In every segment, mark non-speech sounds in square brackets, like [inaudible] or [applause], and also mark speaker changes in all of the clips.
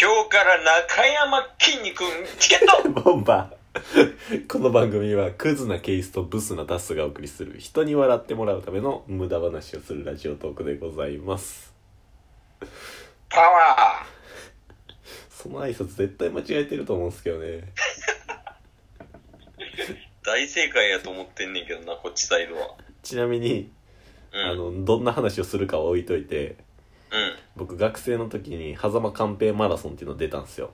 Speaker 1: 今日から中山きんに君チケット
Speaker 2: ボンバー。この番組はクズなケースとブスなタスがお送りする人に笑ってもらうための無駄話をするラジオトークでございます。
Speaker 1: パワ
Speaker 2: その挨拶絶対間違えてると思うんですけどね。
Speaker 1: ー大正解やと思ってんねんけどな、こっちサイドは。
Speaker 2: ちなみに、
Speaker 1: うん。
Speaker 2: あ
Speaker 1: うん。
Speaker 2: の、どんな話をするかは置いといて、僕学生の時に狭間寛平マラソンっていうの出たんですよ。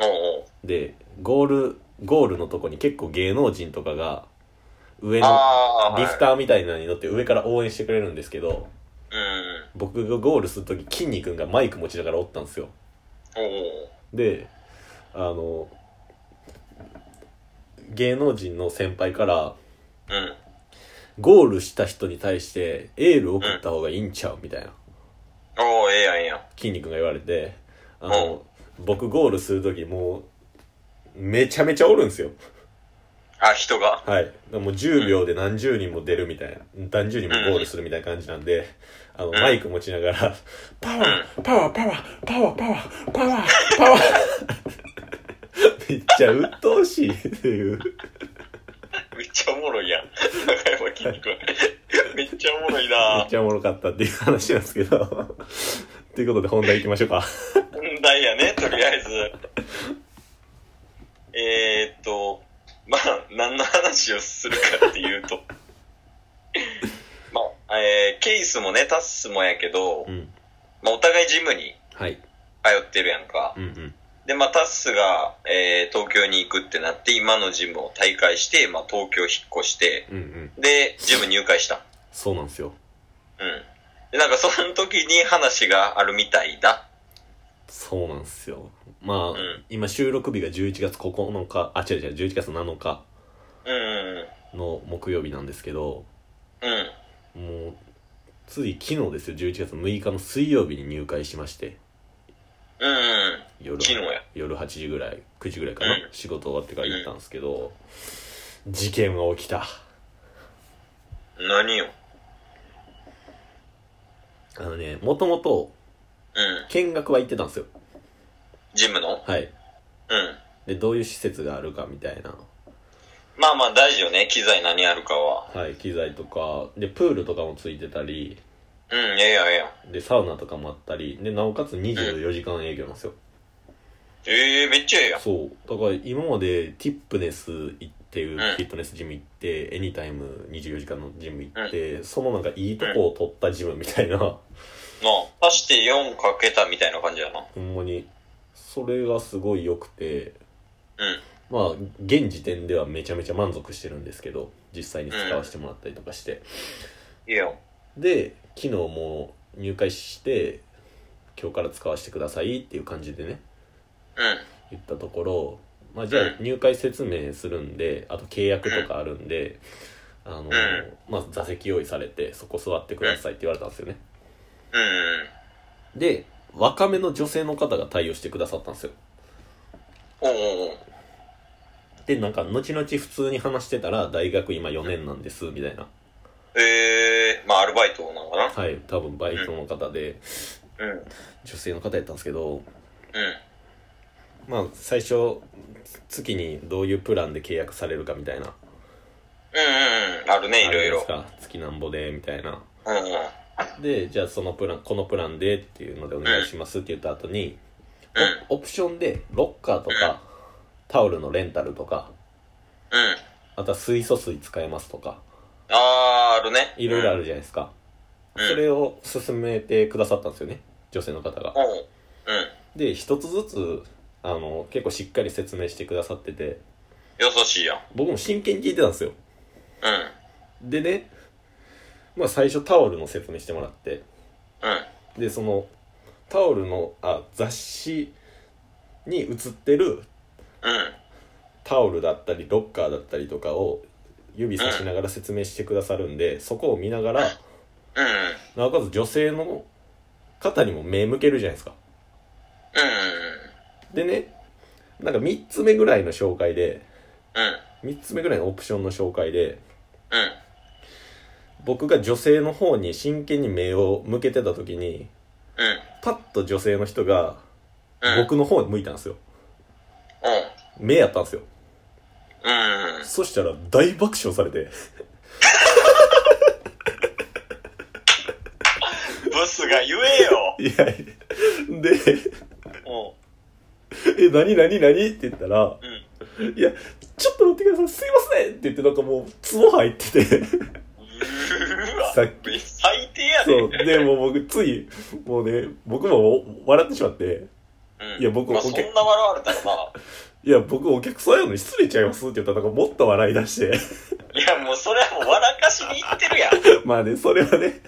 Speaker 1: おうおう
Speaker 2: で、ゴール、ゴールのとこに結構芸能人とかが、上の
Speaker 1: あー
Speaker 2: リフターみたいなのに乗って上から応援してくれるんですけど、
Speaker 1: うん。
Speaker 2: 僕がゴールする時きんに君がマイク持ちながらおったんですよ
Speaker 1: おうおう
Speaker 2: であの芸能人の先輩から
Speaker 1: うん。
Speaker 2: ゴールした人に対してエール送った方がいいんちゃうみたいな
Speaker 1: おおええやんええやん。
Speaker 2: きんに君が言われてあの僕ゴールする時もうめちゃめちゃおるんですよ
Speaker 1: あ、人が。 [laughs]
Speaker 2: はい。だからもう10秒で何十人も出るみたいな、何十人もゴールするみたいな感じなんで、あの、マイク持ちながら、パワー、パワー、パワー、パワー、パワー、パワー、パワー。めっちゃ鬱陶しいっていう。
Speaker 1: めっちゃおもろいやん。中山きんに君。めっちゃおもろい
Speaker 2: め
Speaker 1: な
Speaker 2: っちゃおもろかったっていう話なんですけど。ということで本題行きましょうか。
Speaker 1: 問題やね、とりあえず。えー、っと、まあ、何の話をするかっていうと。まあ、えーケイスもね、タッスもやけど、
Speaker 2: うん。
Speaker 1: まあ、お互いジムに
Speaker 2: はい。
Speaker 1: 通ってるやんか
Speaker 2: う。んうん。
Speaker 1: で、まあ、タッスが、えー東京に行くってなって、今のジムを退会して、まあ、東京引っ越して、
Speaker 2: うんうん。
Speaker 1: で、ジム入会した。
Speaker 2: そうなんですよ。
Speaker 1: うん。で、なんかその時に話があるみたいだ。
Speaker 2: そうなんですよ。まあ、
Speaker 1: ん
Speaker 2: 今収録日が11月9日、あ、違う違う、11月7日
Speaker 1: うんうん
Speaker 2: の木曜日なんですけど、
Speaker 1: うん。うん。
Speaker 2: もうつい昨日ですよ11月6日の水曜日に入会しまして
Speaker 1: うんうん。
Speaker 2: 夜
Speaker 1: 昨日や
Speaker 2: 夜8時ぐらい9時ぐらいかな、
Speaker 1: うん
Speaker 2: 仕事終わってから行ったんですけど、事件が起きた
Speaker 1: 何よ。
Speaker 2: あのねもともと
Speaker 1: うん。
Speaker 2: 見学は行ってたんですよ
Speaker 1: ジムの
Speaker 2: はい
Speaker 1: うん。
Speaker 2: でどういう施設があるかみたいな
Speaker 1: まあまあ大事よね。機材何あるかは。
Speaker 2: はい機材とかでプールとかもついてたり
Speaker 1: うん、ええやんええやん。
Speaker 2: でサウナとかもあったりでなおかつ24時間営業なんですよ、
Speaker 1: ええめっちゃええやん。
Speaker 2: そうだから今までティップネス行ってるフィットネスジム行って、エニタイム24時間のジム行って、そのなんかいいとこを取ったジムみたいな、
Speaker 1: なあ、足して4かけたみたいな感じやな。
Speaker 2: ほんまにそれがすごい良くて
Speaker 1: うん。
Speaker 2: まあ現時点ではめちゃめちゃ満足してるんですけど実際に使わせてもらったりとかして、
Speaker 1: いいやん。
Speaker 2: で昨日もう入会して今日から使わせてくださいっていう感じでね
Speaker 1: うん。
Speaker 2: 言ったところ、まあ、じゃあ入会説明するんであと契約とかあるんで、あの
Speaker 1: ん
Speaker 2: まず座席用意されてそこ座ってくださいって言われたんですよね
Speaker 1: うんうん。
Speaker 2: で若めの女性の方が対応してくださったんですよ
Speaker 1: おうおうおう。
Speaker 2: でなんか後々普通に話してたら大学今4年なんですみたいな
Speaker 1: ええまあアルバイトなのかな。
Speaker 2: はい多分バイトの方で
Speaker 1: うん。うん。
Speaker 2: 女性の方やったんですけどまあ最初月にどういうプランで契約されるかみたい
Speaker 1: うん
Speaker 2: な
Speaker 1: うんうん。あるね、いろいろ。
Speaker 2: あるじゃないですか月なんぼでみたいな
Speaker 1: うんうん。
Speaker 2: でじゃあそのプランこのプランでっていうのでお願いしますって言った後に、
Speaker 1: うん
Speaker 2: おオプションでロッカーとかタオルのレンタルとか
Speaker 1: うん。
Speaker 2: あとは水素水使えますとか
Speaker 1: あー、あるね。
Speaker 2: いろいろあ
Speaker 1: る。
Speaker 2: るじゃないですか、
Speaker 1: うん
Speaker 2: それを勧めてくださったんですよね女性の方が
Speaker 1: おう。うん。
Speaker 2: で一つずつあの結構しっかり説明してくださってて
Speaker 1: 優しいやん。
Speaker 2: 僕も真剣に聞いてたんですよ
Speaker 1: うん。
Speaker 2: でねまあ最初タオルの説明してもらって
Speaker 1: うん。
Speaker 2: でそのタオルのあ雑誌に写ってる
Speaker 1: うん。
Speaker 2: タオルだったりロッカーだったりとかを指さしながら説明してくださるんで、そこを見ながら
Speaker 1: うん。
Speaker 2: なおかつ女性の方にも目向けるじゃないですか
Speaker 1: うん。
Speaker 2: でねなんか3つ目ぐらいの紹介で
Speaker 1: うん。
Speaker 2: 3つ目ぐらいのオプションの紹介で
Speaker 1: うん。
Speaker 2: 僕が女性の方に真剣に目を向けてた時に
Speaker 1: うん。
Speaker 2: パッと女性の人が
Speaker 1: ううん
Speaker 2: 僕の方に向いたんですよ
Speaker 1: うん。
Speaker 2: 目やったんですよ
Speaker 1: うん。
Speaker 2: そしたら大爆笑されて
Speaker 1: ブスが言えよ。
Speaker 2: いやで
Speaker 1: う
Speaker 2: 「え何何何?」って言ったら
Speaker 1: ん。うん。
Speaker 2: 「いやちょっと待ってくださいすいません」って言ってなんかもうツボ入ってて
Speaker 1: うわ。
Speaker 2: さっき
Speaker 1: 最低や
Speaker 2: そう
Speaker 1: で。
Speaker 2: でもう僕ついもうね僕も笑ってしまって
Speaker 1: うん
Speaker 2: いや僕
Speaker 1: まあ、そ
Speaker 2: こ
Speaker 1: ん
Speaker 2: け
Speaker 1: な笑われたらま
Speaker 2: 「いや僕お客さんやのに失礼ちゃいます」って言ったらなんかもっと笑い出して [laughs]
Speaker 1: あ、いやもうそれはもう笑かしに行ってるやん。
Speaker 2: まあねそれはね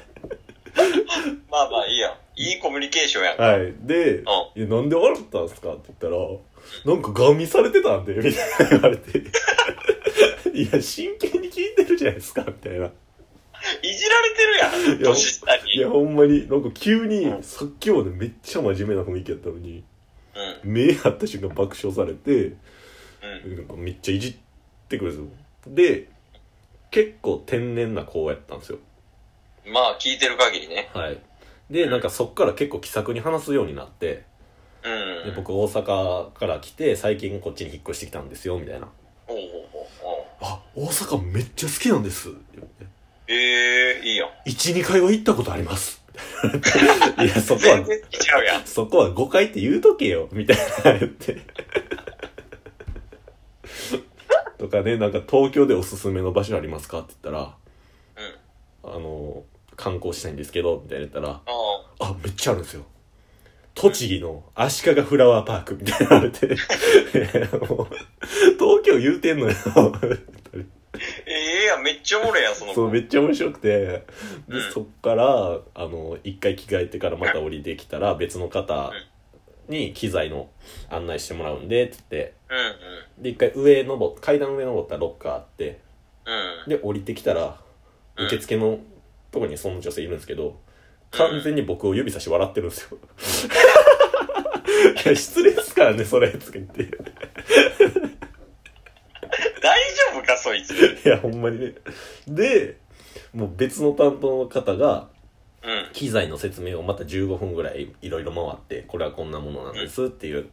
Speaker 1: まあまあいいやん。いいコミュニケーションやん。うん。
Speaker 2: はいで「いやなんで笑ったんすか?」って言ったら「なんかガン見されてたんで」みたいな言われ
Speaker 1: [laughs]
Speaker 2: て「いや真剣に聞いてるじゃないですか」みたいない
Speaker 1: じられてるやん。
Speaker 2: いや
Speaker 1: 年下
Speaker 2: い
Speaker 1: に。
Speaker 2: やほんまになんか急に
Speaker 1: うん
Speaker 2: さっきまでめっちゃ真面目な雰囲気やったのに
Speaker 1: うん。
Speaker 2: 目合った瞬間爆笑されて
Speaker 1: うん。
Speaker 2: なんかめっちゃいじってくるんですよで結構天然な子やったんですよ
Speaker 1: まあ聞いてる限りね。
Speaker 2: はいでなんかそっから結構気さくに話すようになって
Speaker 1: う
Speaker 2: で
Speaker 1: ん。
Speaker 2: 僕大阪から来て最近こっちに引っ越してきたんですよみたいな
Speaker 1: おうおうおうおう
Speaker 2: 「あ大阪めっちゃ好きなんです」
Speaker 1: ええいいやん。
Speaker 2: 12回は行ったことあります」 [laughs] いやそこ
Speaker 1: 全
Speaker 2: は
Speaker 1: 然違うやん。
Speaker 2: そこは誤解って言うとけよみたいな言ってとかねなんか東京でおすすめの場所ありますかって言ったら
Speaker 1: うん。
Speaker 2: あの観光したいんですけどみたいな言ったら
Speaker 1: あ
Speaker 2: 「あめっちゃあるんですよ」栃木の足利フラワーパークみたいなのあ
Speaker 1: [laughs]
Speaker 2: れていやもう東京言うてんのよ
Speaker 1: あ。ええやん。めっちゃおもろいやん、その子。
Speaker 2: そうめっちゃ面白くてで
Speaker 1: うん
Speaker 2: そっからあの一回着替えてからまた降りてきたら別の方に機材の案内してもらうんでって言って
Speaker 1: うんうん。
Speaker 2: で一回上登っ階段上登ったらロッカーあって
Speaker 1: うん。
Speaker 2: で降りてきたら
Speaker 1: うん
Speaker 2: 受付のとこにその女性いるんですけど完全に僕を指差し笑ってるんですよ [laughs] いや失礼ですからねそれとか言ってい
Speaker 1: 大丈夫か、そいつ。うん。
Speaker 2: やほんまにねでもう別の担当の方が機材の説明をまた15分ぐらいいろいろ回ってこれはこんなものなんですっていう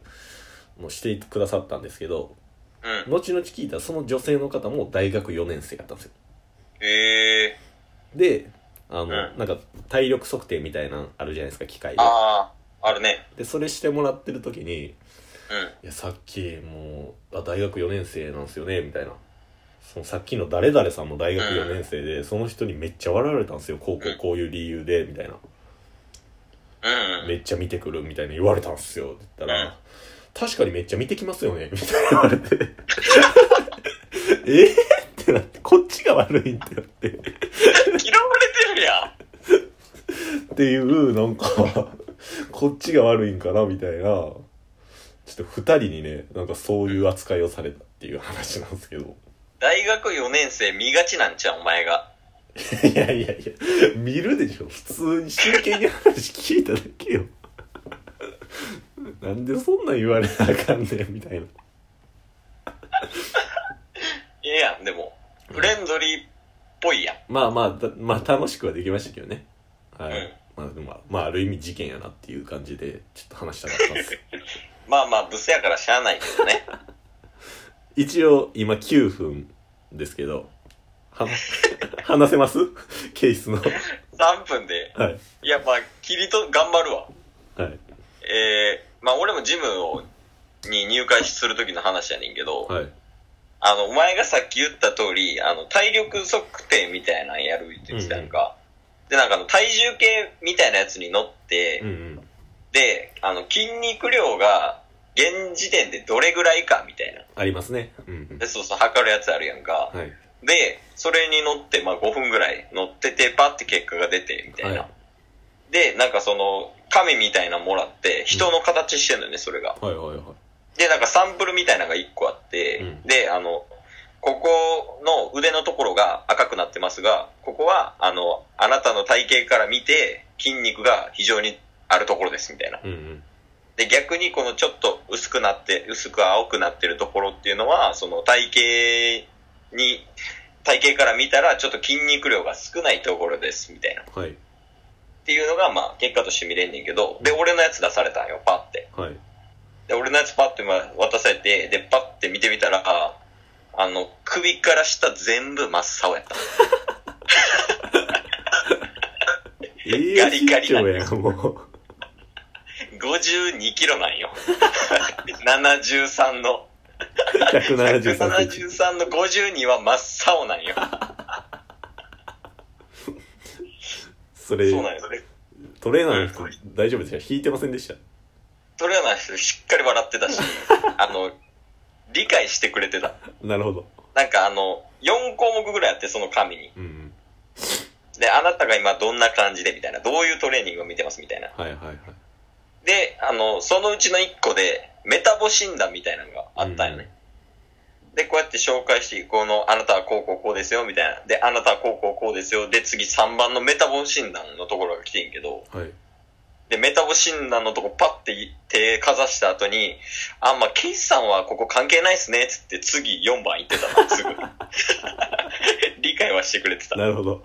Speaker 2: のをしてくださったんですけど
Speaker 1: うん。
Speaker 2: 後々聞いたらその女性の方も大学4年生だったんですよ
Speaker 1: ええ
Speaker 2: であの、
Speaker 1: ん
Speaker 2: なんか体力測定みたいなのあるじゃないですか機械で
Speaker 1: ああ、あるね。
Speaker 2: でそれしてもらってる時に
Speaker 1: うん。
Speaker 2: 「いやさっきもうあ大学4年生なんですよね」みたいなそのさっきの誰々さんも大学4年生で、その人にめっちゃ笑われたんですよこうこうこういう理由でみたいな
Speaker 1: うん。
Speaker 2: めっちゃ見てくるみたいな言われたんすよって言ったら、
Speaker 1: うん
Speaker 2: 確かにめっちゃ見てきますよねみたいな言われて [laughs] えー、ってなってこっちが悪いってなってっ
Speaker 1: [laughs] 嫌われてるやん。
Speaker 2: ていうなん [laughs] かこっちが悪いんかなみたいなちょっと2人にねなんかそういう扱いをされたっていう話なんですけど
Speaker 1: 大学4年生見がちなんちゃうお前が。
Speaker 2: いやいやいや見るでしょ普通に真剣に話聞いただけよなんでそんなん言われなあかんねんみたいな。
Speaker 1: ええやん、でも。フレンドリーっぽいやん。
Speaker 2: まあまあだ、まあ楽しくはできましたけどね。はい。
Speaker 1: うん
Speaker 2: まあでも、まあある意味事件やなっていう感じで、ちょっと話したかったんです。
Speaker 1: まあまあ、ブスやからしゃあないけどね。 [laughs]
Speaker 2: 一応、今9分ですけど、は [laughs] 話せますケースの。は
Speaker 1: 3分で。
Speaker 2: い。
Speaker 1: いや、まあ、キリと頑張るわ。
Speaker 2: はい。
Speaker 1: ええまあ俺もジムを、に入会する時の話やねんけど、
Speaker 2: はい。
Speaker 1: あの、お前がさっき言った通り、あの、体力測定みたいなのやるって言ってたんか。で、なんかあの、体重計みたいなやつに乗って、
Speaker 2: うんうん。
Speaker 1: で、あの、筋肉量が、現時点でどれぐらいかみたいな。
Speaker 2: ありますね。うんうん
Speaker 1: で、。そうそう、測るやつあるやんか。
Speaker 2: はい。
Speaker 1: で、それに乗って、まあ5分ぐらい乗ってて、パって結果が出て、みたいな。
Speaker 2: は
Speaker 1: で、なんかその、紙みたいなのもらって、人の形してんのよね、それが。
Speaker 2: はいはいはい。
Speaker 1: で、なんかサンプルみたいなのが1個あって、
Speaker 2: うん
Speaker 1: で、あの、ここの腕のところが赤くなってますが、ここは、あの、あなたの体型から見て、筋肉が非常にあるところです、みたいな。
Speaker 2: うんうん。
Speaker 1: で、逆にこのちょっと薄くなって、薄く青くなってるところっていうのは、その体型に、体型から見たらちょっと筋肉量が少ないところです、みたいな。っ
Speaker 2: はい。
Speaker 1: ていうのが、まあ、結果として見れんねんけど、で、俺のやつ出されたんよ、パって。
Speaker 2: はい。
Speaker 1: のやつパッて渡されて、で、パッて見てみたら、あの、首から下全部真っ青やった。
Speaker 2: ええ
Speaker 1: ガリガリ
Speaker 2: 身長やん、も
Speaker 1: 52キロなんよ。73の。
Speaker 2: う。173センチ。
Speaker 1: 173の52は真っ青なんよ。
Speaker 2: それ、
Speaker 1: そうなんよ。それ
Speaker 2: トレーナーの人大丈夫ですか引いてませんでした。
Speaker 1: それはないですしっかり笑ってたし、あの、理解してくれてた。
Speaker 2: なるほど。
Speaker 1: なんかあの、4項目ぐらいあって、その紙に。
Speaker 2: うんうん。
Speaker 1: で、あなたが今どんな感じでみたいな。どういうトレーニングを見てますみたいな。
Speaker 2: はいはいはい。
Speaker 1: で、あの、そのうちの1個で、メタボ診断みたいなのがあったよね。で、こうやって紹介して、この、あなたはこうこうこうですよ、みたいな。で、あなたはこうこうこうですよ。で、次3番のメタボ診断のところが来てんけど、
Speaker 2: はい。
Speaker 1: で、メタボ診断のとこパッて手かざした後に、あ、まあ、ケイスさんはここ関係ないっすね、つって次4番行ってたの、すぐ。 [laughs] 理解はしてくれてた。
Speaker 2: なるほど。
Speaker 1: っ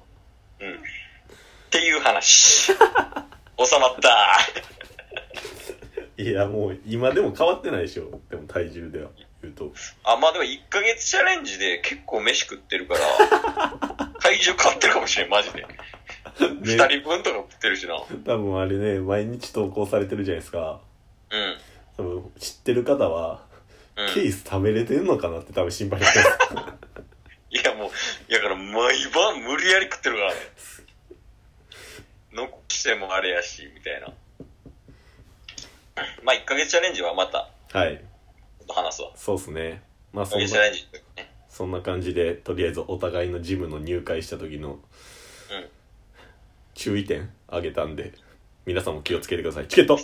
Speaker 1: ていう話。収 [laughs] まった。
Speaker 2: いや、もう今でも変わってないでしょ。でも体重では言う
Speaker 1: [laughs]
Speaker 2: と。
Speaker 1: あ、まあでも1ヶ月チャレンジで結構飯食ってるから、体重変わってるかもしれん、マジで。2
Speaker 2: ね、
Speaker 1: 人分とか食ってるしな。うん。
Speaker 2: 多分あれね、毎日投稿されてるじゃないですか。多分知ってる方は、
Speaker 1: うん。
Speaker 2: ケース食べれてんのかなって多分心配してます。
Speaker 1: [laughs] いやもう、いやから毎晩無理やり食ってるからね。残してもあれやし、みたいな。まあ1ヶ月チャレンジはまた、
Speaker 2: はい。
Speaker 1: ちょっと話すわ。
Speaker 2: そうっすね。まあ
Speaker 1: 1
Speaker 2: そ
Speaker 1: ヶ
Speaker 2: んな
Speaker 1: 月チャレンジ。ね
Speaker 2: そんな感じで、とりあえずお互いのジムの入会した時の
Speaker 1: うん
Speaker 2: 注意点あげたんで、皆さんも気をつけてください。チケット